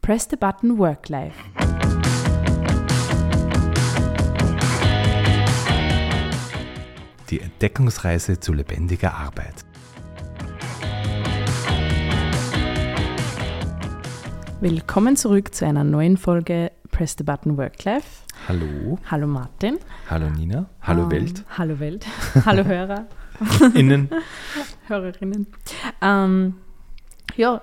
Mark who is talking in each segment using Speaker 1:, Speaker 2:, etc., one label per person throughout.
Speaker 1: Press the Button Work Life.
Speaker 2: Die Entdeckungsreise zu lebendiger Arbeit.
Speaker 1: Willkommen zurück zu einer neuen Folge Press the Button Work Life.
Speaker 2: Hallo,
Speaker 1: Hallo Martin.
Speaker 2: hallo Nina, hallo
Speaker 1: Ähm,
Speaker 2: Welt,
Speaker 1: Hallo Welt. Hallo Hörer,
Speaker 2: innen.
Speaker 1: Hörerinnen. Ähm, ja,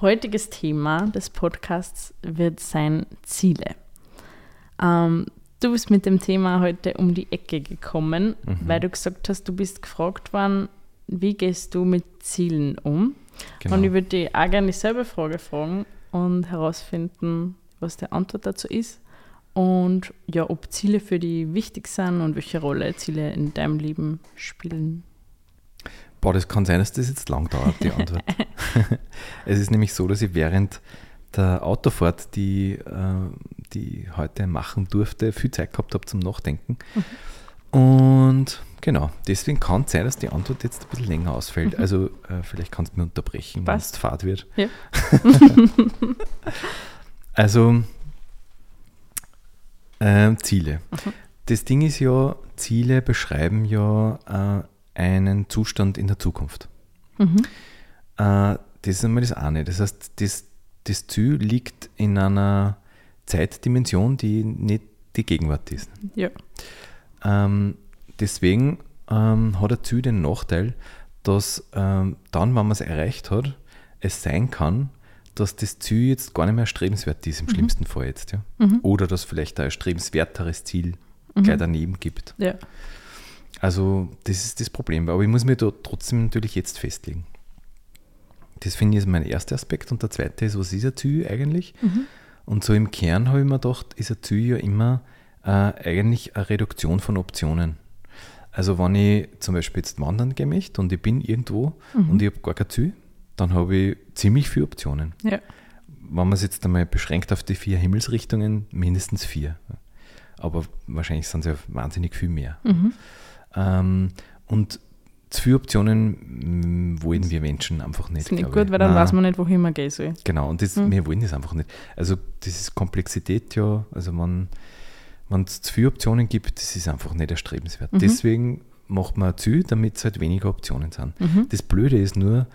Speaker 1: heutiges Thema des Podcasts wird sein Ziele. Ähm, du bist mit dem Thema heute um die Ecke gekommen,
Speaker 2: Mhm.
Speaker 1: weil du gesagt hast, du bist gefragt worden, wie gehst du mit Zielen um?
Speaker 2: Genau.
Speaker 1: Und ich würde dich auch gerne dieselbe Frage fragen und herausfinden, was die Antwort dazu ist. Und ja, ob Ziele für dich wichtig sind und welche Rolle Ziele in deinem Leben spielen.
Speaker 2: Boah, das kann sein, dass das jetzt lang dauert, die Antwort. es ist nämlich so, dass ich während der Autofahrt, die, äh, die ich heute machen durfte, viel Zeit gehabt habe zum Nachdenken.
Speaker 1: Mhm.
Speaker 2: Und genau, deswegen kann es sein, dass die Antwort jetzt ein bisschen länger ausfällt. Also äh, vielleicht kannst du mir unterbrechen, wenn es
Speaker 1: Mhm. Passt.
Speaker 2: fad wird.
Speaker 1: Ja.
Speaker 2: also ähm, Ziele. Das Ding ist ja, Ziele beschreiben ja äh, einen Zustand in der Zukunft.
Speaker 1: Mhm.
Speaker 2: Äh, das ist einmal das eine. Das heißt, das, das Ziel liegt in einer Zeitdimension, die nicht die Gegenwart ist.
Speaker 1: Ja.
Speaker 2: Ähm, deswegen ähm, hat ein Ziel den Nachteil, dass ähm, dann, wenn man es erreicht hat, es sein kann, dass das Ziel jetzt gar nicht mehr erstrebenswert ist, im schlimmsten Fall jetzt. Ja? Oder dass vielleicht ein erstrebenswerteres Ziel gleich daneben gibt.
Speaker 1: Ja.
Speaker 2: Also, das ist das Problem. Aber ich muss mir da trotzdem natürlich jetzt festlegen. Das finde ich ist mein erster Aspekt. Und der zweite ist, was ist ein Ziel eigentlich? Und so im Kern habe ich mir gedacht, ist ein Ziel ja immer äh, eigentlich eine Reduktion von Optionen. Also, wenn ich zum Beispiel jetzt wandern gehen möchte und ich bin irgendwo und ich habe gar kein Ziel, dann habe ich ziemlich viele Optionen
Speaker 1: Ja.
Speaker 2: wenn man es jetzt einmal beschränkt auf die vier Himmelsrichtungen, mindestens vier. Aber wahrscheinlich sind es ja wahnsinnig viel mehr.
Speaker 1: Mhm.
Speaker 2: Ähm, und zu viele Optionen mh, wollen wir Menschen einfach nicht.
Speaker 1: Ist nicht
Speaker 2: glaub ich.
Speaker 1: gut, weil dann
Speaker 2: Nein.
Speaker 1: weiß man Hm. nicht, wohin man gehen soll.
Speaker 2: Genau, und das, wir wollen das einfach nicht. Also das ist Komplexität ja, also man, wenn es zu viele Optionen gibt, das ist einfach nicht
Speaker 1: Mhm.
Speaker 2: erstrebenswert. Deswegen macht man ein Ziel, damit es halt weniger Optionen sind.
Speaker 1: Mhm,
Speaker 2: Das Blöde ist nur,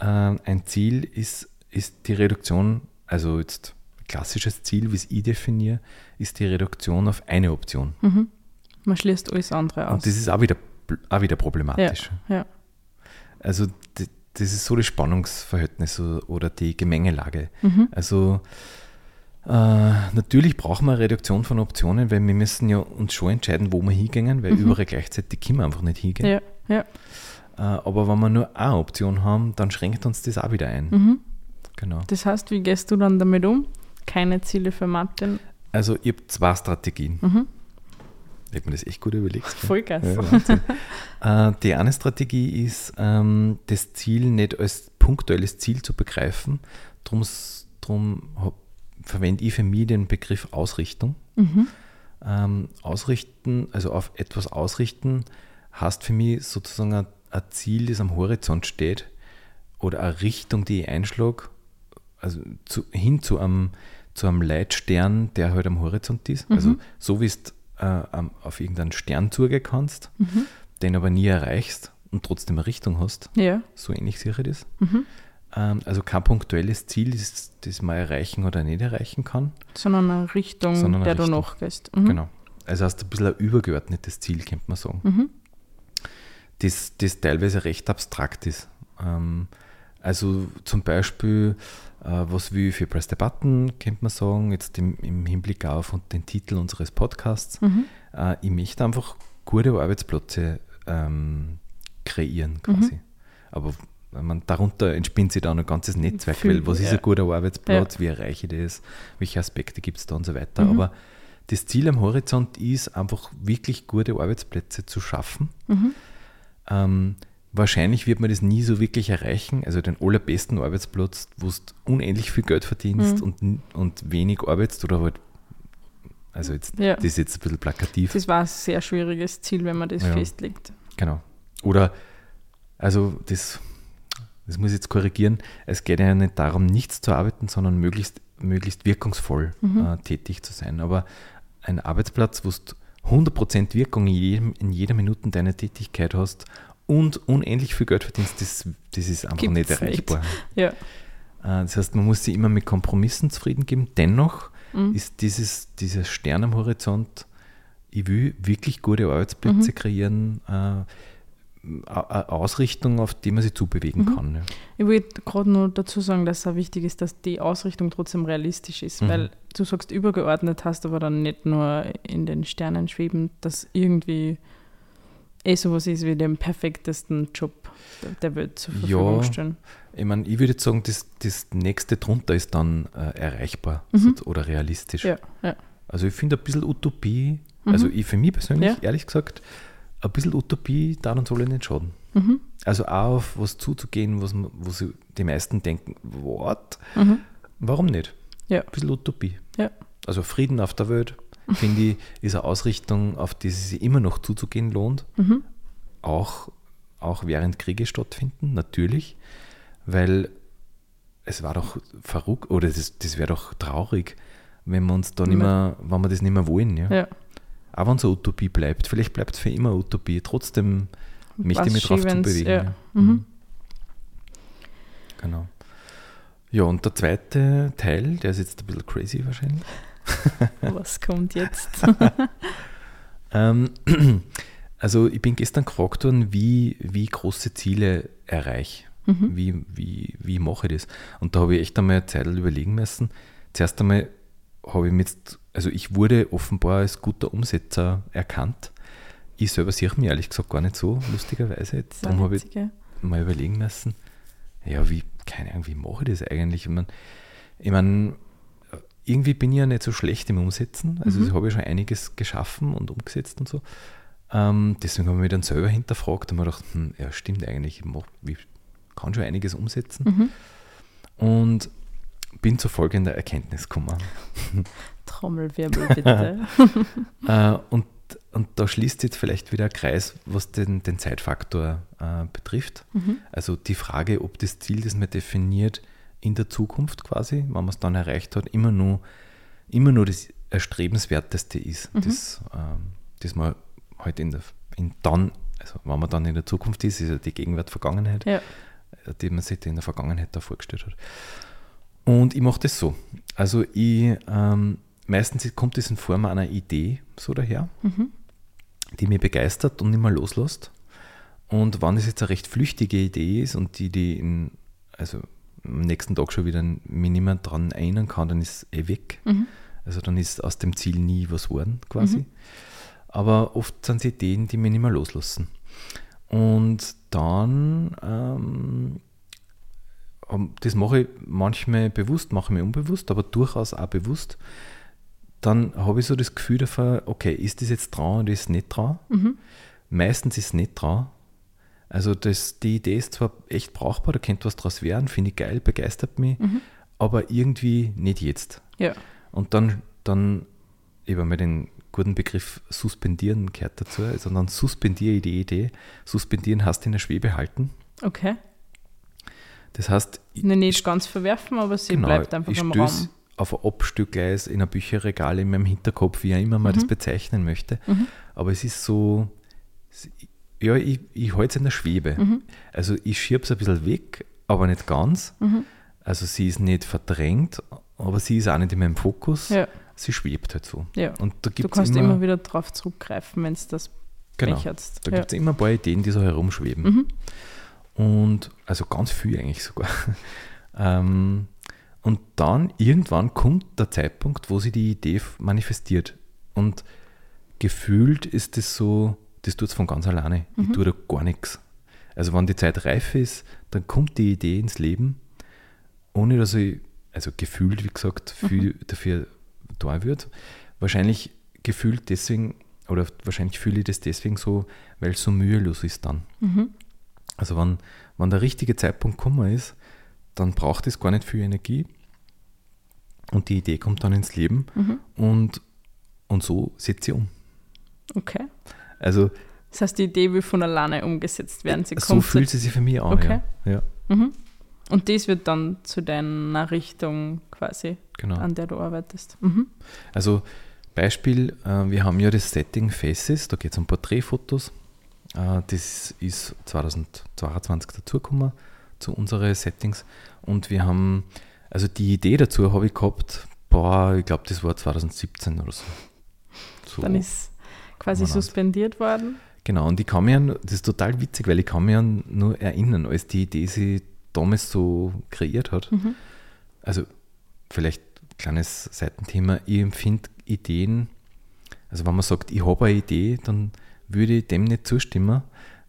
Speaker 2: äh, ein Ziel ist, ist die Reduktion, also jetzt klassisches Ziel, wie es ich definiere, ist die Reduktion auf eine Option.
Speaker 1: mhm. Man schließt alles andere aus.
Speaker 2: Und das ist auch wieder, bl- auch wieder problematisch.
Speaker 1: ja.
Speaker 2: Also d- das ist so das Spannungsverhältnis o- oder die Gemengelage.
Speaker 1: Mhm.
Speaker 2: Also äh, natürlich brauchen wir eine Reduktion von Optionen, weil wir müssen ja uns schon entscheiden, wo wir hingehen, weil überall gleichzeitig können wir einfach nicht hingehen.
Speaker 1: Mhm. ja. Ja.
Speaker 2: Äh, aber wenn wir nur eine Option haben, dann schränkt uns das auch wieder ein.
Speaker 1: Mhm.
Speaker 2: Genau.
Speaker 1: Das heißt, wie gehst du dann damit um? Keine Ziele für Martin.
Speaker 2: Also ich habe zwei Strategien.
Speaker 1: Mhm.
Speaker 2: Ich habe mir das echt gut überlegt. gell?
Speaker 1: Vollgas.
Speaker 2: Ja, Wahnsinn. äh, die eine Strategie ist, ähm, das Ziel nicht als punktuelles Ziel zu begreifen. Drum, drum hab- verwende ich für mich den Begriff Ausrichtung. Ähm, ausrichten, also auf etwas ausrichten, heißt für mich sozusagen ein, ein Ziel, das am Horizont steht oder eine Richtung, die ich einschlage, also zu, hin zu einem, zu einem Leitstern, der halt am Horizont ist. Also so wie es äh, am- auf irgendeinen Stern zugehen kannst, den aber nie erreichst und trotzdem eine Richtung hast.
Speaker 1: Ja.
Speaker 2: So ähnlich sehe ich das. Ähm, also kein punktuelles Ziel, das, das man erreichen oder nicht erreichen kann.
Speaker 1: Sondern eine Richtung,
Speaker 2: Sondern eine
Speaker 1: der du
Speaker 2: Richtung.
Speaker 1: nachgehst. Mhm.
Speaker 2: Genau. Also hast du ein bisschen ein übergeordnetes Ziel, könnte man sagen.
Speaker 1: Mhm.
Speaker 2: Das, das teilweise recht abstrakt ist. Ähm, also zum Beispiel, äh, was will ich für Press the Button, könnte man sagen, jetzt im, im Hinblick auf und den Titel unseres Podcasts.
Speaker 1: Mhm.
Speaker 2: Äh, ich möchte einfach gute Arbeitsplätze ähm, kreieren quasi.
Speaker 1: Mhm.
Speaker 2: Aber man, darunter entspinnt sich dann ein ganzes Netzwerk,
Speaker 1: Viel,
Speaker 2: weil was ist
Speaker 1: ja. Mhm.
Speaker 2: ein guter Arbeitsplatz, wie erreiche ich das, welche Aspekte gibt es da und so weiter. Aber das Ziel am Horizont ist einfach wirklich gute Arbeitsplätze zu schaffen.
Speaker 1: Mhm.
Speaker 2: Ähm, wahrscheinlich wird man das nie so wirklich erreichen, also den allerbesten Arbeitsplatz, wo du unendlich viel Geld verdienst
Speaker 1: Mhm.
Speaker 2: und, n- und wenig arbeitest oder halt, also jetzt,
Speaker 1: Ja.
Speaker 2: das ist jetzt ein bisschen plakativ.
Speaker 1: Das war ein sehr schwieriges Ziel, wenn man das
Speaker 2: Ja.
Speaker 1: festlegt.
Speaker 2: Genau. Oder, also das, das muss ich jetzt korrigieren, es geht ja nicht darum, nichts zu arbeiten, sondern möglichst möglichst wirkungsvoll äh, tätig zu sein. Aber ein Arbeitsplatz, wo du 100% Wirkung in, jedem, in jeder Minute deiner Tätigkeit hast und unendlich viel Geld verdienst, das, das ist einfach
Speaker 1: Gibt's
Speaker 2: nicht erreichbar.
Speaker 1: Ja.
Speaker 2: Äh, Das heißt, man muss sich immer mit Kompromissen zufrieden geben. Dennoch ist dieses, dieser Stern am Horizont, ich will wirklich gute Arbeitsplätze kreieren, äh, a- a- Ausrichtung, auf die man sich zubewegen kann. Ja.
Speaker 1: Ich würde gerade nur dazu sagen, dass es auch wichtig ist, dass die Ausrichtung trotzdem realistisch ist,
Speaker 2: Mhm.
Speaker 1: weil du sagst, übergeordnet hast, aber dann nicht nur in den Sternen schweben, dass irgendwie eh sowas ist wie den perfektesten Job der- der Welt zur
Speaker 2: Ja.
Speaker 1: Verfügung stellen.
Speaker 2: Ich meine, ich würde jetzt sagen, das, das nächste drunter ist dann äh, erreichbar
Speaker 1: Mhm.
Speaker 2: so- oder realistisch.
Speaker 1: Ja, ja. Mhm.
Speaker 2: Also ich finde ein bisschen Utopie, also ich für mich persönlich,
Speaker 1: Ja.
Speaker 2: ehrlich gesagt, ein bisschen Utopie da und soll nicht schaden.
Speaker 1: Mhm.
Speaker 2: Also auch auf was zuzugehen, was, man- wo sie die meisten denken, what?
Speaker 1: Mhm.
Speaker 2: Warum nicht?
Speaker 1: Ja.
Speaker 2: Ein bisschen Utopie.
Speaker 1: Ja.
Speaker 2: Also Frieden auf der Welt, finde ich, ist eine Ausrichtung, auf die es sich immer noch zuzugehen lohnt.
Speaker 1: Mhm.
Speaker 2: Auch, auch während Kriege stattfinden, natürlich. Weil es war doch verrückt, oder das, das wäre doch traurig, wenn wir uns da nicht mehr, wenn wir das nicht mehr wollen. Ja?
Speaker 1: Ja.
Speaker 2: Auch wenn es eine Utopie bleibt, vielleicht bleibt es für immer eine Utopie, trotzdem möchte ich
Speaker 1: Was
Speaker 2: mich drauf zu
Speaker 1: Schönes,
Speaker 2: bewegen.
Speaker 1: ja.
Speaker 2: ja.
Speaker 1: Mhm.
Speaker 2: Genau. Ja, und der zweite Teil, der ist jetzt ein bisschen crazy wahrscheinlich. Mhm.
Speaker 1: Was kommt jetzt?
Speaker 2: Ähm, also ich bin gestern gefragt worden, wie, wie große Ziele erreiche. Wie, wie, wie mache ich das? Und da habe ich echt einmal eine Zeit überlegen müssen. Zuerst einmal habe ich mir jetzt, also ich wurde offenbar als guter Umsetzer erkannt. Ich selber sehe mich ehrlich gesagt gar nicht so, lustigerweise. Jetzt. Darum habe ich
Speaker 1: Witzige.
Speaker 2: mal überlegen müssen, ja, wie, keine Ahnung, wie mache ich das eigentlich? Ich meine, ich mein, irgendwie bin ich ja nicht so schlecht im Umsetzen. Also ich habe ja schon einiges geschaffen und umgesetzt und so. Ähm, deswegen habe ich mich dann selber hinterfragt und mir gedacht, hm, ja, stimmt eigentlich, ich, mach, ich kann schon einiges umsetzen.
Speaker 1: Mhm.
Speaker 2: Und bin zu folgender Erkenntnis gekommen.
Speaker 1: Trommelwirbel bitte.
Speaker 2: Äh, und, und da schließt jetzt vielleicht wieder ein Kreis, was den, den Zeitfaktor äh, betrifft.
Speaker 1: Mhm.
Speaker 2: Also die Frage, ob das Ziel, das man definiert, in der Zukunft quasi, wenn man es dann erreicht hat, immer nur, immer nur das Erstrebenswerteste ist, das, ähm, das man halt in der, in dann, also wenn man dann in der Zukunft ist, ist ja die Gegenwart Vergangenheit
Speaker 1: ja.
Speaker 2: die man sich in der Vergangenheit da vorgestellt hat. Und ich mache das so. Also ich, ähm, meistens kommt das in Form einer Idee so daher,
Speaker 1: Mhm.
Speaker 2: die mich begeistert und nicht mehr loslässt. Und wenn das jetzt eine recht flüchtige Idee ist und die, die in, also am nächsten Tag schon wieder mich nicht mehr dran erinnern kann, dann ist eh weg.
Speaker 1: Mhm.
Speaker 2: Also dann ist aus dem Ziel nie was geworden quasi. Aber oft sind es Ideen, die mich nicht mehr loslassen. Und dann, ähm, ähm, das mache ich manchmal bewusst, manchmal unbewusst, aber durchaus auch bewusst. Dann habe ich so das Gefühl davon, okay, ist das jetzt dran oder ist es nicht dran? Meistens ist es nicht dran. Also das, die Idee ist zwar echt brauchbar, da könnte was draus werden, finde ich geil, begeistert mich, aber irgendwie nicht jetzt.
Speaker 1: ja.
Speaker 2: Und dann, dann eben mal den guten Begriff suspendieren gehört dazu, also dann suspendiere ich die Idee. Suspendieren heißt in der Schwebe halten.
Speaker 1: Okay.
Speaker 2: Das heißt, ich,
Speaker 1: Nee, nicht ganz verwerfen, aber sie
Speaker 2: genau,
Speaker 1: bleibt einfach
Speaker 2: ich
Speaker 1: im
Speaker 2: stöß
Speaker 1: Raum.
Speaker 2: auf ein Abstückgleis in ein Bücherregal in meinem Hinterkopf, wie auch immer man das
Speaker 1: Mhm.
Speaker 2: bezeichnen möchte. Aber es ist so, es- ja, ich, ich halte es in der Schwebe.
Speaker 1: Mhm.
Speaker 2: Also ich schiebe es ein bisschen weg, aber nicht ganz.
Speaker 1: Mhm.
Speaker 2: Also sie ist nicht verdrängt, aber sie ist auch nicht in meinem Fokus.
Speaker 1: Ja.
Speaker 2: Sie schwebt halt so.
Speaker 1: Ja.
Speaker 2: Und
Speaker 1: Du
Speaker 2: da gibt's
Speaker 1: kannst
Speaker 2: immer
Speaker 1: immer, wieder drauf zurückgreifen, wenn es das
Speaker 2: Genau.
Speaker 1: bechertst.
Speaker 2: Da
Speaker 1: ja.
Speaker 2: gibt es immer ein paar Ideen, die so herumschweben. Und also ganz viel eigentlich sogar. ähm, und dann irgendwann kommt der Zeitpunkt, wo sich die Idee f- manifestiert. Und gefühlt ist das so, das tut es von ganz alleine. Ich tue da gar nichts. Also wenn die Zeit reif ist, dann kommt die Idee ins Leben, ohne dass ich, also gefühlt, wie gesagt, viel
Speaker 1: Mhm.
Speaker 2: dafür da wird. Wahrscheinlich gefühlt deswegen, oder wahrscheinlich fühle ich das deswegen so, weil es so mühelos ist dann.
Speaker 1: Mhm.
Speaker 2: Also wenn, wenn der richtige Zeitpunkt gekommen ist, dann braucht es gar nicht viel Energie und die Idee kommt dann ins Leben
Speaker 1: Mhm.
Speaker 2: und, und so setzt sie um.
Speaker 1: Okay.
Speaker 2: Also
Speaker 1: Das heißt, die Idee will von alleine umgesetzt werden. Sie
Speaker 2: Äh, so
Speaker 1: kommt
Speaker 2: fühlt sie sich für mich an.
Speaker 1: Okay.
Speaker 2: Ja. ja.
Speaker 1: Und das wird dann zu deiner Richtung quasi,
Speaker 2: Genau.
Speaker 1: an der du arbeitest. Mhm.
Speaker 2: Also Beispiel, äh, wir haben ja das Setting Faces, da geht es um Porträtfotos. Äh, das ist 2022 dazugekommen zu unseren Settings. Und wir haben, also die Idee dazu habe ich gehabt, boah, ich glaube, das war 2017 oder so. so.
Speaker 1: Dann ist quasi
Speaker 2: umeinander.
Speaker 1: suspendiert worden.
Speaker 2: Genau, und ich kann mich an, das ist total witzig, weil ich kann mich an nur erinnern, als die Idee sie damals so kreiert hat.
Speaker 1: Mhm.
Speaker 2: Also vielleicht kleines Seitenthema, ich empfinde Ideen, also wenn man sagt, ich habe eine Idee, dann würde ich dem nicht zustimmen,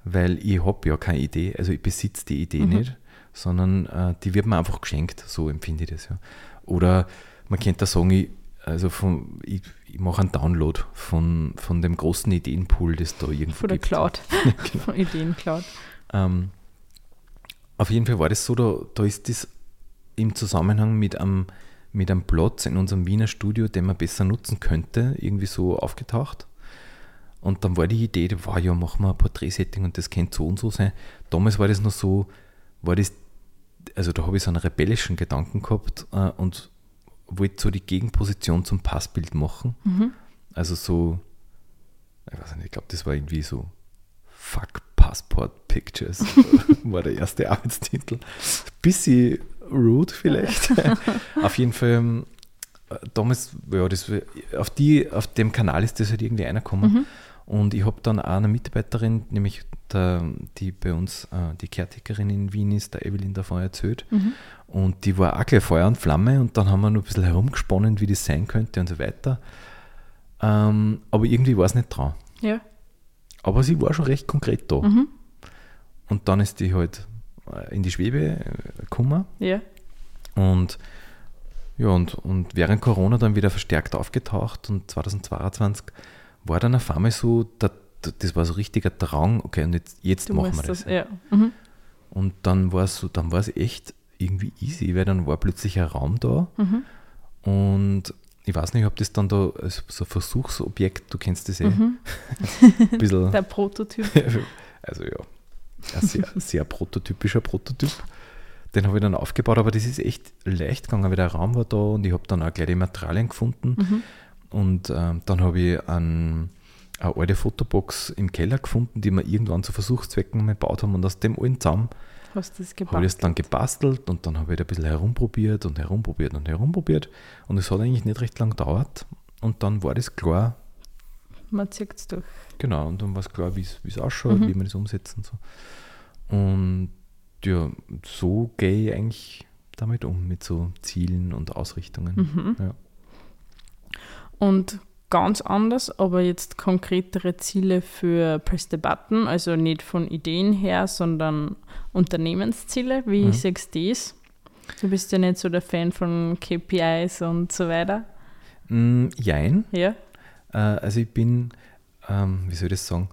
Speaker 2: weil ich habe ja keine Idee, also ich besitze die Idee
Speaker 1: Mhm.
Speaker 2: nicht, sondern äh, die wird mir einfach geschenkt, so empfinde ich das ja. Oder man könnte da sagen, ich, also von, ich, ich mache einen Download von, von dem großen Ideenpool, das da irgendwo
Speaker 1: Von der
Speaker 2: gibt.
Speaker 1: Cloud,
Speaker 2: genau.
Speaker 1: von Ideencloud.
Speaker 2: Ähm, auf jeden Fall war das so, da, da ist das im Zusammenhang mit einem, mit einem Platz in unserem Wiener Studio, den man besser nutzen könnte, irgendwie so aufgetaucht. Und dann war die Idee, da war ja, machen wir ein Porträtsetting und das könnte so und so sein. Damals war das noch so, war das, also da habe ich so einen rebellischen Gedanken gehabt äh, und wollte so die Gegenposition zum Passbild machen.
Speaker 1: Mhm.
Speaker 2: Also so, ich weiß nicht, ich glaube, das war irgendwie so Fuck Passport Pictures, war der erste Arbeitstitel. Bisschen rude vielleicht. auf jeden Fall, ähm, äh, damals, ja, das, wär- auf, die, auf dem Kanal ist das halt irgendwie einer gekommen.
Speaker 1: Mhm.
Speaker 2: Und ich habe dann auch eine Mitarbeiterin, nämlich der, die bei uns äh, die Kehrteckerin in Wien ist, der Evelyn davon erzählt.
Speaker 1: Mhm.
Speaker 2: Und die war auch gleich Feuer und Flamme und dann haben wir noch ein bisschen herumgesponnen, wie das sein könnte und so weiter. Ähm, aber irgendwie war es nicht dran.
Speaker 1: Ja.
Speaker 2: Aber sie war schon recht konkret da.
Speaker 1: Mhm.
Speaker 2: Und dann ist die halt äh, in die Schwebe äh, gekommen
Speaker 1: Ja.
Speaker 2: und, ja, und, und während Corona dann wieder verstärkt aufgetaucht und 2022 war dann auf einmal so, da, da- das war so richtiger Drang, okay, und jetzt, jetzt
Speaker 1: Du
Speaker 2: machen wir
Speaker 1: musst
Speaker 2: das.
Speaker 1: das. Ja. Mhm.
Speaker 2: Und dann war es so, dann war es echt irgendwie easy, weil dann war plötzlich ein Raum da
Speaker 1: Mhm.
Speaker 2: und ich weiß nicht, ob das dann da als so ein Versuchsobjekt, du kennst das eh, ein bisschen.
Speaker 1: Der Prototyp.
Speaker 2: Also ja, ein sehr, sehr prototypischer Prototyp. Den habe ich dann aufgebaut, aber das ist echt leicht gegangen, weil der Raum war da und ich habe dann auch gleich die Materialien gefunden.
Speaker 1: Mhm.
Speaker 2: Und ähm, dann habe ich ein, eine alte Fotobox im Keller gefunden, die wir irgendwann zu Versuchszwecken mal gebaut haben. Und aus dem alten Zaum
Speaker 1: Hast du das
Speaker 2: habe ich
Speaker 1: gebaut?
Speaker 2: das dann gebastelt und dann habe ich da ein bisschen herumprobiert und herumprobiert und herumprobiert. Und es hat eigentlich nicht recht lang gedauert. Und dann war das klar,
Speaker 1: Man zieht es durch.
Speaker 2: Genau, und dann war es klar, wie es ausschaut,
Speaker 1: Mhm.
Speaker 2: wie man das umsetzt und so. Und ja, so gehe ich eigentlich damit um, mit so Zielen und Ausrichtungen.
Speaker 1: Mhm.
Speaker 2: Ja.
Speaker 1: Und ganz anders, aber jetzt konkretere Ziele für Press the Button, also nicht von Ideen her, sondern Unternehmensziele. Wie
Speaker 2: Mhm.
Speaker 1: siehst du das? Du bist ja nicht so der Fan von KPIs und so weiter.
Speaker 2: Mm, jein,
Speaker 1: Ja.
Speaker 2: äh, also ich bin, ähm, wie soll ich das sagen,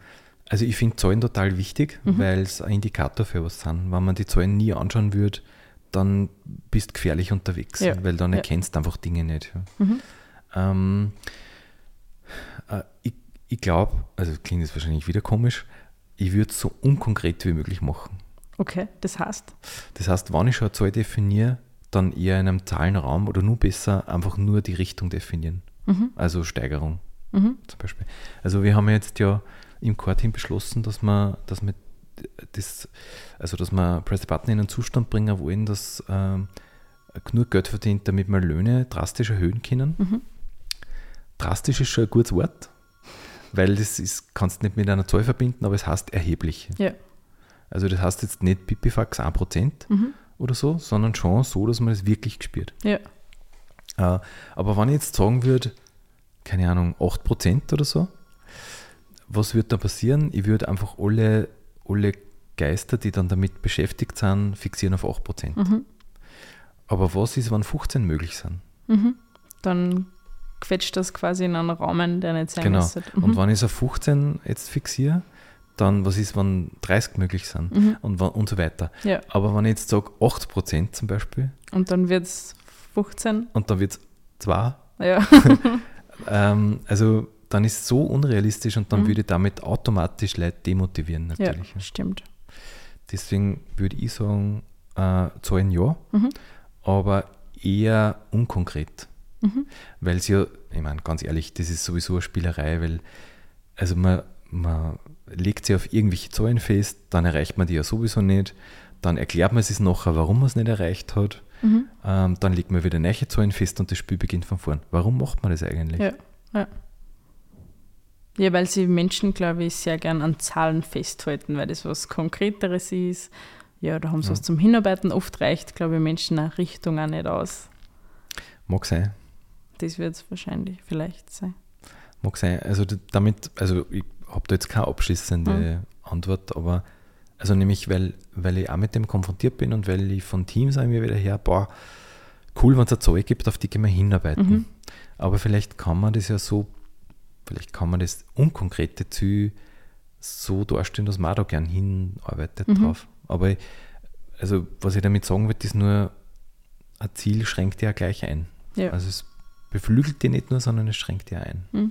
Speaker 2: also ich finde Zahlen total wichtig,
Speaker 1: Mhm.
Speaker 2: weil es ein Indikator für was sind. Wenn man die Zahlen nie anschauen würde, dann bist du gefährlich unterwegs,
Speaker 1: Ja,
Speaker 2: weil dann
Speaker 1: ja.
Speaker 2: erkennst du einfach Dinge nicht. Ja.
Speaker 1: Mhm.
Speaker 2: Ähm, äh, ich ich glaube, also klingt jetzt wahrscheinlich wieder komisch, ich würde es so unkonkret wie möglich machen.
Speaker 1: Okay, das heißt.
Speaker 2: Das heißt, wenn ich schon eine Zahl definiere, dann eher in einem Zahlenraum oder nur besser einfach nur die Richtung definieren.
Speaker 1: Mhm.
Speaker 2: Also Steigerung
Speaker 1: Mhm.
Speaker 2: zum Beispiel. Also wir haben jetzt ja im Core-Team beschlossen, dass wir, dass wir das, also dass wir Press the Button in einen Zustand bringen wollen, dass ähm, genug Geld verdient, damit wir Löhne drastisch erhöhen können.
Speaker 1: Mhm.
Speaker 2: Drastisch ist schon ein gutes Wort, weil das ist, kannst du nicht mit einer Zahl verbinden, aber es heißt erheblich.
Speaker 1: Ja.
Speaker 2: Also das heißt jetzt nicht Pipifax 1%
Speaker 1: Mhm.
Speaker 2: oder so, sondern schon so, dass man das wirklich gespürt.
Speaker 1: Ja.
Speaker 2: Äh, aber wenn ich jetzt sagen würde, keine Ahnung, 8% oder so, was würde da passieren? Ich würde einfach alle, alle Geister, die dann damit beschäftigt sind, fixieren auf 8%.
Speaker 1: Mhm.
Speaker 2: Aber was ist, wenn 15 möglich sind?
Speaker 1: Mhm. Dann quetscht das quasi in einen Rahmen, der nicht sein
Speaker 2: Genau.
Speaker 1: müsste. Mhm.
Speaker 2: Und wenn ich es auf 15 jetzt fixiere, dann was ist, wenn 30 möglich sind?
Speaker 1: Mhm.
Speaker 2: Und, wa- und so weiter.
Speaker 1: Ja.
Speaker 2: Aber wenn ich jetzt sage 8% zum Beispiel
Speaker 1: Und dann wird es 15.
Speaker 2: und dann wird es 2,
Speaker 1: Ja.
Speaker 2: ähm, also dann ist es so unrealistisch und dann
Speaker 1: Mhm.
Speaker 2: würde ich damit automatisch Leute demotivieren natürlich.
Speaker 1: ja, stimmt.
Speaker 2: Deswegen würde ich sagen, äh, zahlen ja,
Speaker 1: Mhm.
Speaker 2: aber eher unkonkret.
Speaker 1: Mhm.
Speaker 2: Weil es ja, ich meine, ganz ehrlich, das ist sowieso eine Spielerei, weil also man, man legt sie auf irgendwelche Zahlen fest, dann erreicht man die ja sowieso nicht, dann erklärt man es nachher, warum man es nicht erreicht hat,
Speaker 1: Mhm.
Speaker 2: ähm, dann legt man wieder neue Zahlen fest und das Spiel beginnt von vorn. Warum macht man das eigentlich?
Speaker 1: Ja, ja. Ja, weil sie Menschen, glaube ich, sehr gern an Zahlen festhalten, weil das was Konkreteres ist. Ja, da haben sie
Speaker 2: Ja.
Speaker 1: was zum Hinarbeiten. Oft reicht, glaube ich, Menschen nach Richtung auch nicht aus.
Speaker 2: Mag sein.
Speaker 1: Das wird es wahrscheinlich vielleicht sein.
Speaker 2: Mag sein. Also d- damit, also ich habe da jetzt keine abschließende
Speaker 1: Mhm.
Speaker 2: Antwort, aber also nämlich, weil, weil ich auch mit dem konfrontiert bin und weil ich von Teams auch immer wieder her, boah, cool, wenn es ein Zeug gibt, auf die können wir hinarbeiten.
Speaker 1: Mhm.
Speaker 2: Aber vielleicht kann man das ja so, vielleicht kann man das unkonkrete Ziel so darstellen, dass man auch da gern hinarbeitet
Speaker 1: Mhm.
Speaker 2: drauf. Aber ich, also was ich damit sagen will, ist nur, ein Ziel schränkt ja gleich ein.
Speaker 1: Ja.
Speaker 2: Also es beflügelt dir nicht nur, sondern es schränkt dir ein.
Speaker 1: Mhm.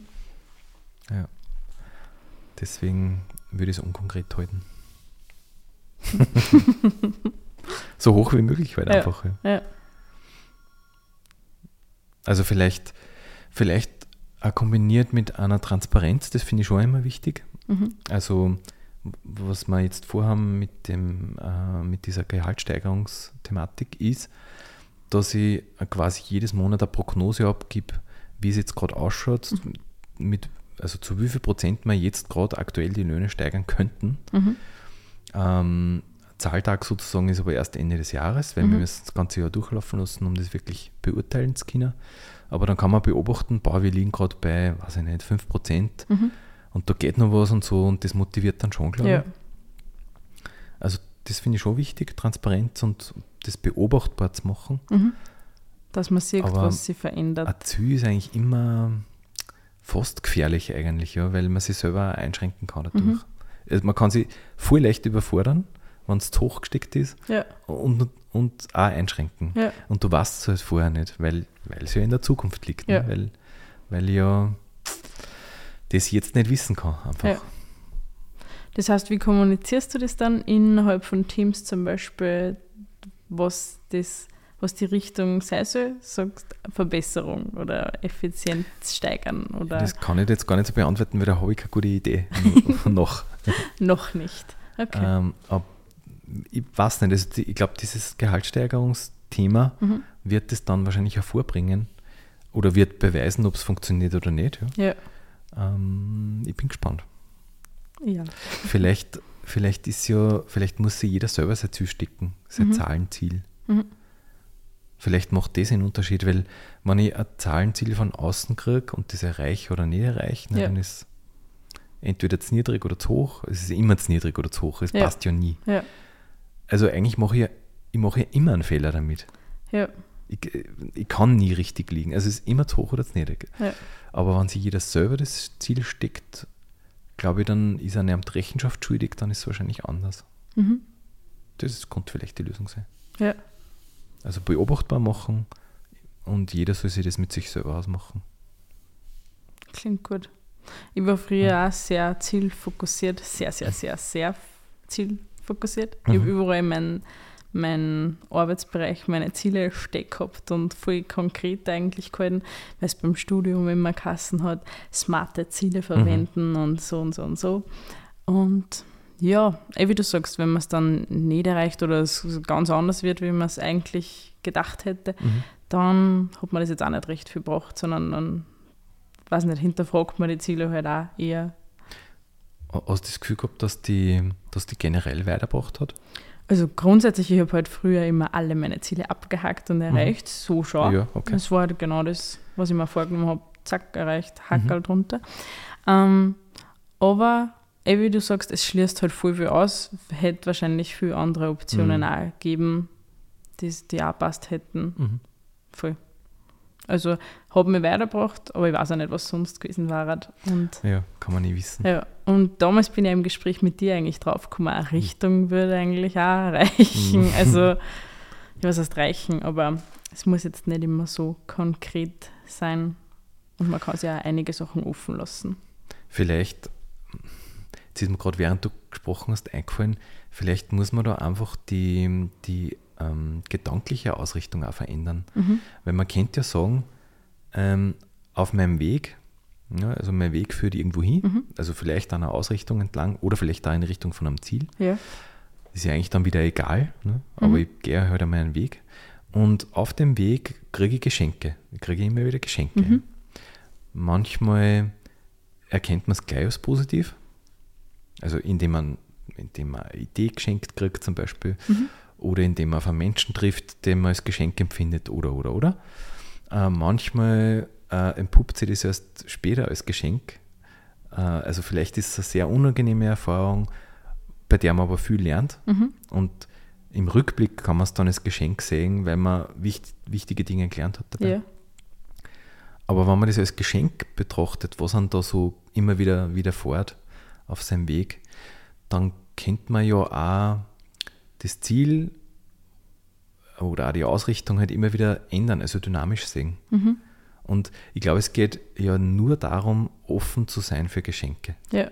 Speaker 2: Ja. Deswegen würde ich es unkonkret halten. so hoch wie möglich halt
Speaker 1: Ja,
Speaker 2: einfach. ja.
Speaker 1: ja.
Speaker 2: Also vielleicht, vielleicht auch kombiniert mit einer Transparenz, das finde ich schon immer wichtig.
Speaker 1: Mhm.
Speaker 2: Also w- was wir jetzt vorhaben mit, dem, äh, mit dieser Gehaltssteigerungsthematik ist, dass ich äh, quasi jedes Monat eine Prognose abgib, wie es jetzt gerade ausschaut,
Speaker 1: Mhm.
Speaker 2: mit, also zu wie viel Prozent wir jetzt gerade aktuell die Löhne steigern könnten.
Speaker 1: Mhm.
Speaker 2: Ähm, Zahltag sozusagen ist aber erst Ende des Jahres, weil wir
Speaker 1: Mhm.
Speaker 2: müssen das ganze Jahr durchlaufen lassen, um das wirklich beurteilen zu können. Aber dann kann man beobachten, boah, wir liegen gerade bei, weiß ich nicht, 5%
Speaker 1: Mhm.
Speaker 2: und da geht noch was und so und das motiviert dann schon, glaube
Speaker 1: Ja.
Speaker 2: ich. Also das finde ich schon wichtig, Transparenz und das beobachtbar zu machen.
Speaker 1: Mhm. Dass man sieht,
Speaker 2: Aber-
Speaker 1: was sich verändert.
Speaker 2: Ein Ziel ist eigentlich immer fast gefährlich eigentlich, ja, weil man sich selber auch einschränken kann dadurch.
Speaker 1: Mhm.
Speaker 2: Also man kann sich voll leicht überfordern, wenn es zu hoch gesteckt ist
Speaker 1: Ja,
Speaker 2: und, und auch einschränken.
Speaker 1: ja,
Speaker 2: Und du weißt es halt vorher nicht, weil weil es ja in der Zukunft liegt.
Speaker 1: Ja.
Speaker 2: Ne? Weil, weil ich ja das jetzt nicht wissen kann einfach.
Speaker 1: Ja. Das heißt, wie kommunizierst du das dann innerhalb von Teams zum Beispiel, was, das, was die Richtung sein soll? Sagst Verbesserung oder Effizienz steigern oder
Speaker 2: Das kann ich jetzt gar nicht so beantworten, weil da habe ich keine gute Idee noch.
Speaker 1: noch nicht? Okay.
Speaker 2: Ähm, ab, ich weiß nicht, also die- ich glaube, dieses Gehaltssteigerungsthema
Speaker 1: Mhm.
Speaker 2: wird es dann wahrscheinlich hervorbringen oder wird beweisen, ob es funktioniert oder nicht.
Speaker 1: Ja.
Speaker 2: Ja. Ähm, ich bin gespannt.
Speaker 1: ja.
Speaker 2: Vielleicht, vielleicht ist ja, vielleicht muss sich jeder selber sein Ziel stecken, sein
Speaker 1: Mhm.
Speaker 2: Zahlenziel.
Speaker 1: Mhm.
Speaker 2: Vielleicht macht das einen Unterschied, weil wenn ich ein Zahlenziel von außen kriege und das erreiche oder nicht erreiche, na,
Speaker 1: Ja.
Speaker 2: dann ist entweder zu niedrig oder zu hoch. Es ist immer zu niedrig oder zu hoch. Es
Speaker 1: Ja.
Speaker 2: passt ja nie.
Speaker 1: Ja.
Speaker 2: Also eigentlich mache ich, ja- ich mache ja immer einen Fehler damit.
Speaker 1: Ja.
Speaker 2: Ich, äh, ich kann nie richtig liegen. Also es ist immer zu hoch oder zu niedrig.
Speaker 1: Ja.
Speaker 2: Aber wenn sich jeder selber das Ziel steckt, glaube ich, dann ist er nicht Rechenschaft schuldig, dann ist es wahrscheinlich anders.
Speaker 1: Mhm.
Speaker 2: Das könnte vielleicht die Lösung sein.
Speaker 1: Ja.
Speaker 2: Also beobachtbar machen und jeder soll sich das mit sich selber ausmachen.
Speaker 1: Klingt gut. Ich war früher auch sehr zielfokussiert, sehr, sehr, sehr, sehr f- zielfokussiert. Ich
Speaker 2: Mhm.
Speaker 1: habe überall meinen mein Arbeitsbereich, meine Ziele steck gehabt und voll konkret eigentlich gehalten, weil es beim Studium immer Kassen hat, smarte Ziele verwenden und so und so und so. Und ja, eh wie du sagst, wenn man es dann nicht erreicht oder es ganz anders wird, wie man es eigentlich gedacht hätte, dann hat man das jetzt auch nicht recht viel gebracht, sondern dann, weiß nicht, hinterfragt man die Ziele halt auch eher.
Speaker 2: Hast du das Gefühl gehabt, dass die, dass die generell weitergebracht hat?
Speaker 1: Also grundsätzlich, ich habe halt früher immer alle meine Ziele abgehackt und erreicht, so schon.
Speaker 2: Mhm. Ja, okay.
Speaker 1: Das war halt genau das, was ich mir vorgenommen habe. Zack, erreicht, Hackerl
Speaker 2: Mhm.
Speaker 1: drunter. Ähm, aber, eh wie du sagst, es schließt halt voll viel aus. Hätte wahrscheinlich viele andere Optionen
Speaker 2: Mhm.
Speaker 1: auch gegeben, die, die auch passt hätten.
Speaker 2: Mhm.
Speaker 1: Voll. Also hat mich weitergebracht, aber ich weiß auch nicht, was sonst gewesen wäre. Und,
Speaker 2: Ja, kann man nie wissen.
Speaker 1: ja, und damals bin ich im Gespräch mit dir eigentlich draufgekommen, eine Richtung würde eigentlich auch reichen.
Speaker 2: Mhm.
Speaker 1: Also, ich weiß heißt reichen, aber es muss jetzt nicht immer so konkret sein. Und man kann sich ja einige Sachen offen lassen.
Speaker 2: Vielleicht, jetzt ist mir gerade während du gesprochen hast eingefallen, vielleicht muss man da einfach die, die ähm, gedankliche Ausrichtung auch verändern. Weil man könnte ja sagen, ähm, auf meinem Weg, ja, also mein Weg führt irgendwo hin, also vielleicht an einer Ausrichtung entlang oder vielleicht da in Richtung von einem Ziel.
Speaker 1: Ja.
Speaker 2: Ist ja eigentlich dann wieder egal, ne? aber ich gehe halt an meinen Weg. Und auf dem Weg kriege ich Geschenke. Ich kriege immer wieder Geschenke. Manchmal erkennt man es gleich als positiv. Also indem man, indem man eine Idee geschenkt kriegt zum Beispiel. Oder indem man auf einen Menschen trifft, den man als Geschenk empfindet oder oder oder. Äh, manchmal äh, entpuppt sich das erst später als Geschenk. Äh, also vielleicht ist es eine sehr unangenehme Erfahrung, bei der man aber viel lernt. Und im Rückblick kann man es dann als Geschenk sehen, weil man wicht, wichtige Dinge gelernt hat dabei.
Speaker 1: Ja.
Speaker 2: Aber wenn man das als Geschenk betrachtet, was man da so immer wieder widerfährt auf seinem Weg, dann kennt man ja auch das Ziel oder auch die Ausrichtung halt immer wieder ändern, also dynamisch sehen. Und ich glaube, es geht ja nur darum, offen zu sein für Geschenke.
Speaker 1: ja.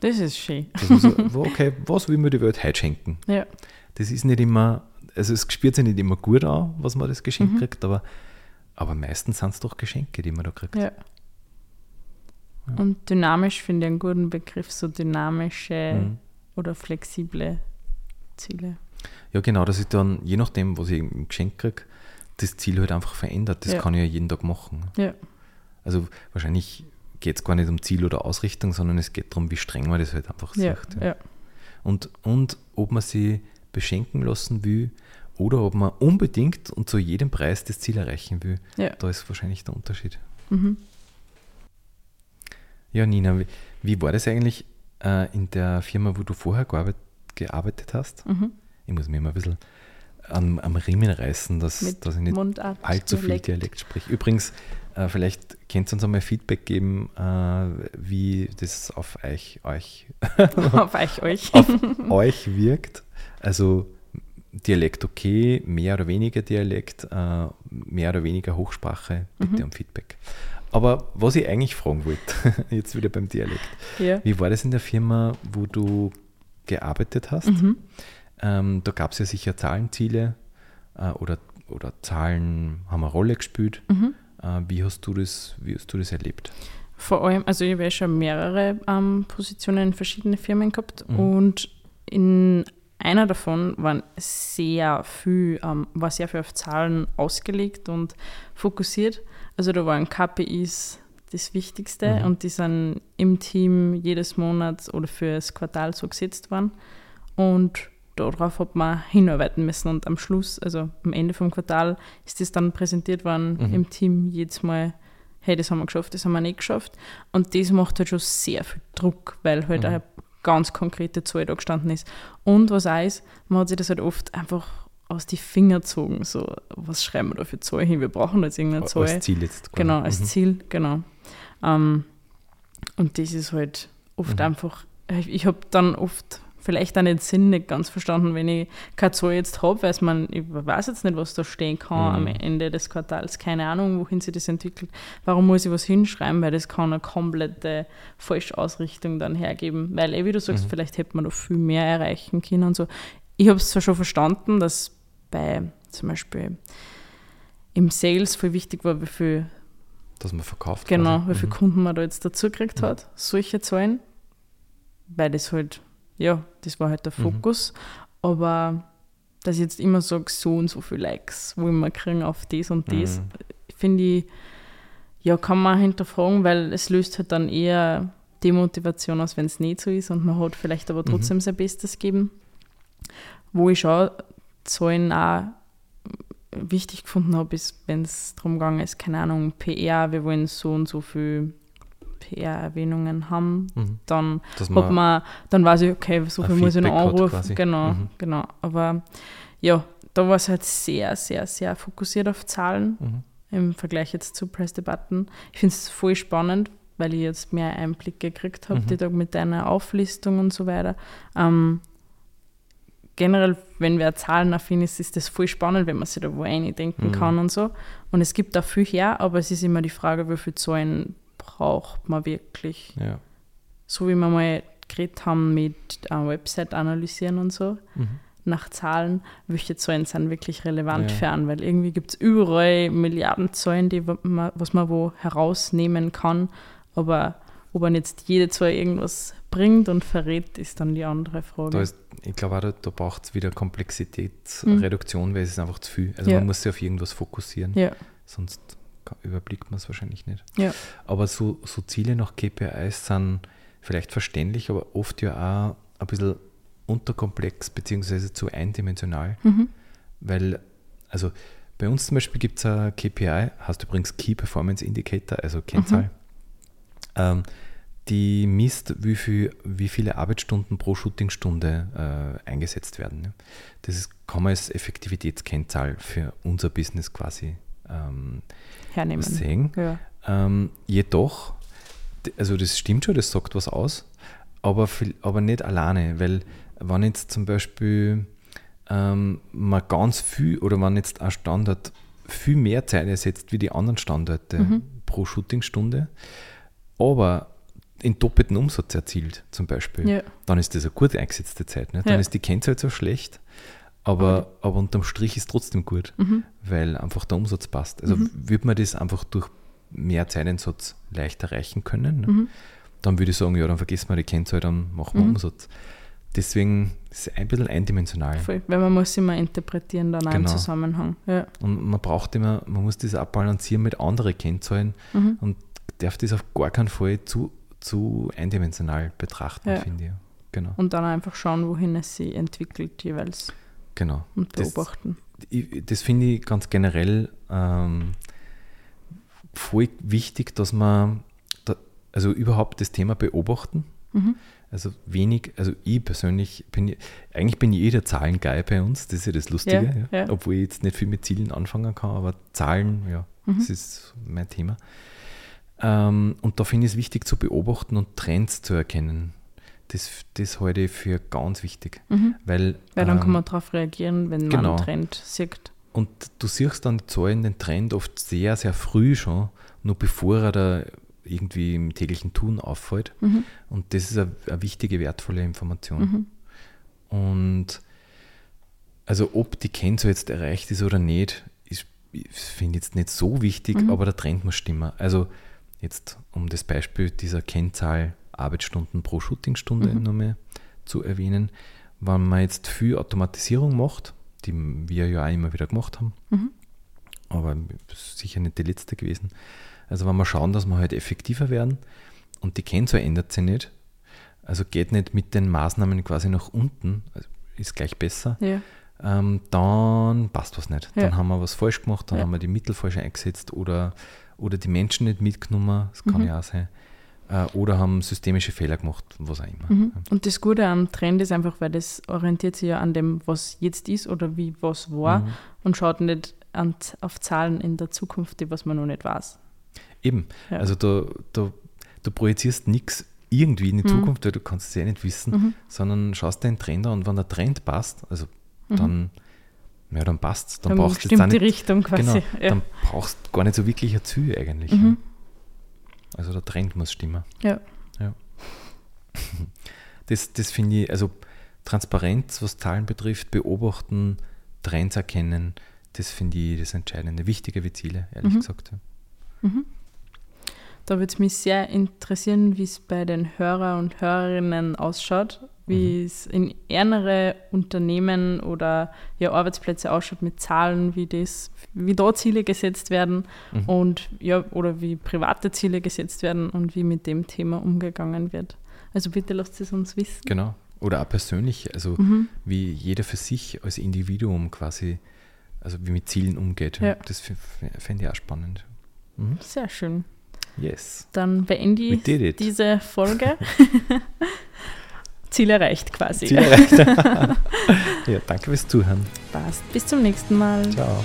Speaker 1: Das ist schön.
Speaker 2: Dass man so, wo- okay, was will mir die Welt heute schenken?
Speaker 1: Ja.
Speaker 2: das ist nicht immer, also es spürt sich nicht immer gut an, was man das Geschenk kriegt, aber, aber meistens sind es doch Geschenke, die man da kriegt.
Speaker 1: Ja. Und dynamisch finde ich einen guten Begriff, so dynamische
Speaker 2: Mhm.
Speaker 1: oder flexible Ziele.
Speaker 2: Ja, genau, dass ich dann, je nachdem, was ich im Geschenk kriege, das Ziel halt einfach verändert. Das
Speaker 1: Ja.
Speaker 2: kann ich ja jeden Tag machen.
Speaker 1: Ja,
Speaker 2: Also wahrscheinlich geht es gar nicht um Ziel oder Ausrichtung, sondern es geht darum, wie streng man das halt einfach
Speaker 1: ja,
Speaker 2: sieht.
Speaker 1: ja.
Speaker 2: Und, und ob man sie beschenken lassen will oder ob man unbedingt und zu jedem Preis das Ziel erreichen will.
Speaker 1: Ja.
Speaker 2: Da ist wahrscheinlich der Unterschied.
Speaker 1: Mhm.
Speaker 2: Ja, Nina, wie, wie war das eigentlich äh, in der Firma, wo du vorher gearbeitet, gearbeitet hast?
Speaker 1: Mhm.
Speaker 2: Ich muss mir immer ein bisschen am, am Riemen reißen, dass,
Speaker 1: Mit
Speaker 2: dass ich nicht
Speaker 1: Mundart.
Speaker 2: allzu viel Dialekt spreche. Übrigens, äh, vielleicht könnt ihr uns einmal Feedback geben, äh, wie das auf euch, euch,
Speaker 1: Auf euch, euch.
Speaker 2: auf euch wirkt. Also Dialekt okay, mehr oder weniger Dialekt, äh, mehr oder weniger Hochsprache, bitte um Feedback. Aber was ich eigentlich fragen wollte, jetzt wieder beim Dialekt.
Speaker 1: Ja.
Speaker 2: Wie war das in der Firma, wo du gearbeitet hast?
Speaker 1: Mhm.
Speaker 2: Ähm, da gab es ja sicher Zahlenziele äh, oder, oder Zahlen haben eine Rolle gespielt.
Speaker 1: Mhm.
Speaker 2: Äh, wie, hast du das, wie hast du das erlebt?
Speaker 1: Vor allem, also ich habe ja schon mehrere ähm, Positionen in verschiedenen Firmen gehabt
Speaker 2: Mhm.
Speaker 1: und in einer davon waren sehr viel, ähm, war sehr viel auf Zahlen ausgelegt und fokussiert. Also da waren KPIs das Wichtigste
Speaker 2: Mhm.
Speaker 1: und die sind im Team jedes Monat oder für das Quartal so gesetzt worden. Und darauf hat man hinarbeiten müssen und am Schluss, also am Ende vom Quartal, ist das dann präsentiert worden
Speaker 2: Mhm.
Speaker 1: im Team jedes Mal, hey, das haben wir geschafft, das haben wir nicht geschafft. Und das macht halt schon sehr viel Druck, weil halt
Speaker 2: Mhm.
Speaker 1: eine ganz konkrete Zahl da gestanden ist. Und was auch ist, man hat sich das halt oft einfach aus die Finger gezogen, so, was schreiben wir da für Zahl hin, wir brauchen jetzt irgendeine
Speaker 2: A-
Speaker 1: Zahl.
Speaker 2: Als Ziel jetzt. quasi.
Speaker 1: Genau, als
Speaker 2: Mhm.
Speaker 1: Ziel, genau. Ähm, und das ist halt oft
Speaker 2: Mhm.
Speaker 1: einfach, ich, ich habe dann oft vielleicht auch den Sinn nicht ganz verstanden, wenn ich keine Zahl jetzt habe, weil man, ich weiß jetzt nicht, was da stehen kann
Speaker 2: Mhm.
Speaker 1: am Ende des Quartals, keine Ahnung, wohin sich das entwickelt. Warum muss ich was hinschreiben? Weil das kann eine komplette Falschausrichtung dann hergeben. Weil, eh, wie du sagst,
Speaker 2: Mhm.
Speaker 1: vielleicht hätte man noch viel mehr erreichen können und so. Ich habe es zwar schon verstanden, dass bei zum Beispiel im Sales voll wichtig war, wie viel
Speaker 2: Dass man verkauft.
Speaker 1: Genau,
Speaker 2: quasi.
Speaker 1: wie viele
Speaker 2: Mhm.
Speaker 1: Kunden man da jetzt dazu gekriegt
Speaker 2: Mhm.
Speaker 1: hat, solche Zahlen, weil das halt, ja, das war halt der
Speaker 2: Mhm.
Speaker 1: Fokus. Aber dass ich jetzt immer sage, so und so viele Likes wollen wir kriegen auf das und das,
Speaker 2: Mhm.
Speaker 1: finde ich, ja, kann man auch hinterfragen, weil es löst halt dann eher Demotivation aus, wenn es nicht so ist und man hat vielleicht
Speaker 2: Mhm.
Speaker 1: aber trotzdem sein Bestes geben. Wo ich schon Zahlen auch wichtig gefunden habe, ist, wenn es darum gegangen ist, keine Ahnung, PR, wir wollen so und so viel PR-Erwähnungen haben,
Speaker 2: Mhm.
Speaker 1: dann
Speaker 2: Dass
Speaker 1: ob
Speaker 2: man,
Speaker 1: man, dann weiß ich, okay, so
Speaker 2: Ein
Speaker 1: viel muss ich noch
Speaker 2: Feedback hat
Speaker 1: anrufen.
Speaker 2: quasi.
Speaker 1: Genau,
Speaker 2: Mhm.
Speaker 1: genau. Aber ja, da war es halt sehr, sehr, sehr fokussiert auf Zahlen
Speaker 2: Mhm.
Speaker 1: im Vergleich jetzt zu Press the Button. Ich finde es voll spannend, weil ich jetzt mehr Einblick gekriegt habe,
Speaker 2: Mhm.
Speaker 1: die Tag mit deiner Auflistung und so weiter. Ähm, generell, wenn wer zahlenaffin ist, ist das voll spannend, wenn man sich da wo eindenken
Speaker 2: Mhm.
Speaker 1: kann und so. Und es gibt da viel her, aber es ist immer die Frage, wie viel Zahlen braucht man wirklich
Speaker 2: ja.
Speaker 1: so wie wir mal geredet haben mit äh, Website analysieren und so,
Speaker 2: Mhm.
Speaker 1: nach Zahlen, welche Zahlen sind wirklich relevant
Speaker 2: Ja.
Speaker 1: für einen, weil irgendwie gibt es überall Milliarden Zahlen, die wa- ma- was man wo herausnehmen kann, aber ob man jetzt jede Zahl irgendwas bringt und verrät, ist dann die andere Frage.
Speaker 2: Da ist, ich glaube auch, da, da braucht es wieder
Speaker 1: Mhm.
Speaker 2: Komplexitätsreduktion, weil es ist einfach zu viel. Also
Speaker 1: Ja.
Speaker 2: man muss sich auf irgendwas fokussieren,
Speaker 1: ja,
Speaker 2: sonst ka- überblickt man es wahrscheinlich nicht.
Speaker 1: ja,
Speaker 2: Aber so, so Ziele nach KPIs sind vielleicht verständlich, aber oft ja auch ein bisschen unterkomplex bzw. zu eindimensional,
Speaker 1: mhm.
Speaker 2: weil, also bei uns zum Beispiel gibt es ein KPI, heißt übrigens Key Performance Indicator, also
Speaker 1: Mhm.
Speaker 2: Kennzahl, ähm, die misst, wie, viel, wie viele Arbeitsstunden pro Shootingstunde äh, eingesetzt werden. Ne? Das ist, kann man als Effektivitätskennzahl für unser Business quasi ähm,
Speaker 1: hernehmen.
Speaker 2: sehen.
Speaker 1: Ja.
Speaker 2: Ähm, jedoch, d- also das stimmt schon, das sagt was aus, aber, viel, aber nicht alleine, weil wenn jetzt zum Beispiel ähm, man ganz viel oder wenn jetzt ein Standard viel mehr Zeit ersetzt wie die anderen Standorte
Speaker 1: Mhm.
Speaker 2: pro Shootingstunde, aber in doppelten Umsatz erzielt zum Beispiel,
Speaker 1: Ja.
Speaker 2: dann ist das eine gut eingesetzte Zeit. Ne? Dann
Speaker 1: Ja.
Speaker 2: ist die Kennzahl zwar schlecht, aber, aber unterm Strich ist trotzdem gut,
Speaker 1: Mhm.
Speaker 2: weil einfach der Umsatz passt. Also würde man das einfach durch mehr Zeiteinsatz leicht erreichen können, ne?
Speaker 1: Mhm.
Speaker 2: dann würde ich sagen, ja, dann vergessen wir die Kennzahl, dann machen wir Umsatz. Deswegen ist es ein bisschen eindimensional.
Speaker 1: Voll, weil man muss immer interpretieren dann auch im
Speaker 2: Genau.
Speaker 1: Zusammenhang. Ja.
Speaker 2: Und man braucht immer, man muss das auch balancieren mit anderen Kennzahlen
Speaker 1: Mhm.
Speaker 2: und darf das auf gar keinen Fall zu, zu eindimensional betrachten,
Speaker 1: Ja.
Speaker 2: finde ich. Genau.
Speaker 1: Und dann einfach schauen, wohin es sich entwickelt jeweils
Speaker 2: Genau.
Speaker 1: und
Speaker 2: Das-
Speaker 1: beobachten.
Speaker 2: ich, das finde ich ganz generell ähm, voll wichtig, dass man da, also überhaupt das Thema beobachten.
Speaker 1: Mhm.
Speaker 2: Also wenig, also ich persönlich bin eigentlich bin jeder Zahlengeil bei uns, das ist ja das Lustige,
Speaker 1: Ja,
Speaker 2: ja,
Speaker 1: ja.
Speaker 2: obwohl ich jetzt nicht viel mit Zielen anfangen kann, aber Zahlen, ja,
Speaker 1: Mhm.
Speaker 2: das ist mein Thema. Ähm, und da finde ich es wichtig zu beobachten und Trends zu erkennen. Das, das halte ich für ganz wichtig,
Speaker 1: Mhm.
Speaker 2: weil,
Speaker 1: Weil dann
Speaker 2: ähm,
Speaker 1: kann man darauf reagieren, wenn man
Speaker 2: genau.
Speaker 1: einen Trend sieht.
Speaker 2: und du siehst dann die Zahlen, den Trend oft sehr, sehr früh schon, nur bevor er da irgendwie im täglichen Tun auffällt.
Speaker 1: Mhm.
Speaker 2: Und das ist eine, eine wichtige, wertvolle Information.
Speaker 1: Mhm.
Speaker 2: Und also ob die Kennzahl jetzt erreicht ist oder nicht, ist, ich finde jetzt nicht so wichtig, aber der Trend muss stimmen. Also jetzt um das Beispiel dieser Kennzahl Arbeitsstunden pro Shootingstunde nochmal zu erwähnen, wenn man jetzt viel Automatisierung macht, die wir ja auch immer wieder gemacht haben, aber sicher nicht die letzte gewesen. Also wenn wir schauen, dass wir halt effektiver werden und die Kennzahl ändert sich nicht, also geht nicht mit den Maßnahmen quasi nach unten, also ist gleich besser,
Speaker 1: Ja.
Speaker 2: ähm, dann passt was nicht.
Speaker 1: Ja.
Speaker 2: Dann haben wir was falsch gemacht, dann
Speaker 1: Ja.
Speaker 2: haben wir die Mittel falsch eingesetzt oder, oder die Menschen nicht mitgenommen, das
Speaker 1: Mhm.
Speaker 2: kann ja auch sein. Äh, oder haben systemische Fehler gemacht, was auch immer.
Speaker 1: Mhm. Und das Gute am Trend ist einfach, weil das orientiert sich ja an dem, was jetzt ist oder wie was war
Speaker 2: Mhm.
Speaker 1: und schaut nicht an, auf Zahlen in der Zukunft, die was man noch nicht weiß.
Speaker 2: Eben.
Speaker 1: Ja.
Speaker 2: Also da, da, du projizierst nichts irgendwie
Speaker 1: Mhm.
Speaker 2: in die Zukunft, weil du kannst es ja nicht wissen, sondern schaust den Trend an und wenn der Trend passt, also dann, ja, dann passt es. Dann,
Speaker 1: Mhm. Dann
Speaker 2: brauchst du jetzt auch
Speaker 1: stimmt die
Speaker 2: nicht,
Speaker 1: Richtung
Speaker 2: genau,
Speaker 1: quasi. ja.
Speaker 2: dann brauchst du gar nicht so wirklich ein Ziel eigentlich.
Speaker 1: Mhm.
Speaker 2: Ja. Also der Trend muss stimmen.
Speaker 1: Ja.
Speaker 2: Ja. Das, das finde ich, also Transparenz, was Zahlen betrifft, beobachten, Trends erkennen, das finde ich das Entscheidende. Wichtiger wie Ziele,
Speaker 1: Mhm.
Speaker 2: ehrlich gesagt. ja.
Speaker 1: Da würde es mich sehr interessieren, wie es bei den Hörer und Hörerinnen ausschaut, wie es in ärmere Unternehmen oder ja, Arbeitsplätze ausschaut mit Zahlen, wie das, wie da Ziele gesetzt werden und ja, oder wie private Ziele gesetzt werden und wie mit dem Thema umgegangen wird. Also bitte lasst es uns wissen.
Speaker 2: Genau. Oder auch persönlich, also
Speaker 1: Mhm.
Speaker 2: wie jeder für sich als Individuum quasi, also wie mit Zielen umgeht.
Speaker 1: Ja.
Speaker 2: Das fände ich auch spannend.
Speaker 1: Sehr schön.
Speaker 2: Yes.
Speaker 1: Dann beende
Speaker 2: We did
Speaker 1: ich
Speaker 2: it.
Speaker 1: diese Folge. Ziel erreicht quasi.
Speaker 2: Ziel erreicht. ja, danke fürs Zuhören.
Speaker 1: Mhm. Passt. Bis zum nächsten Mal.
Speaker 2: Ciao.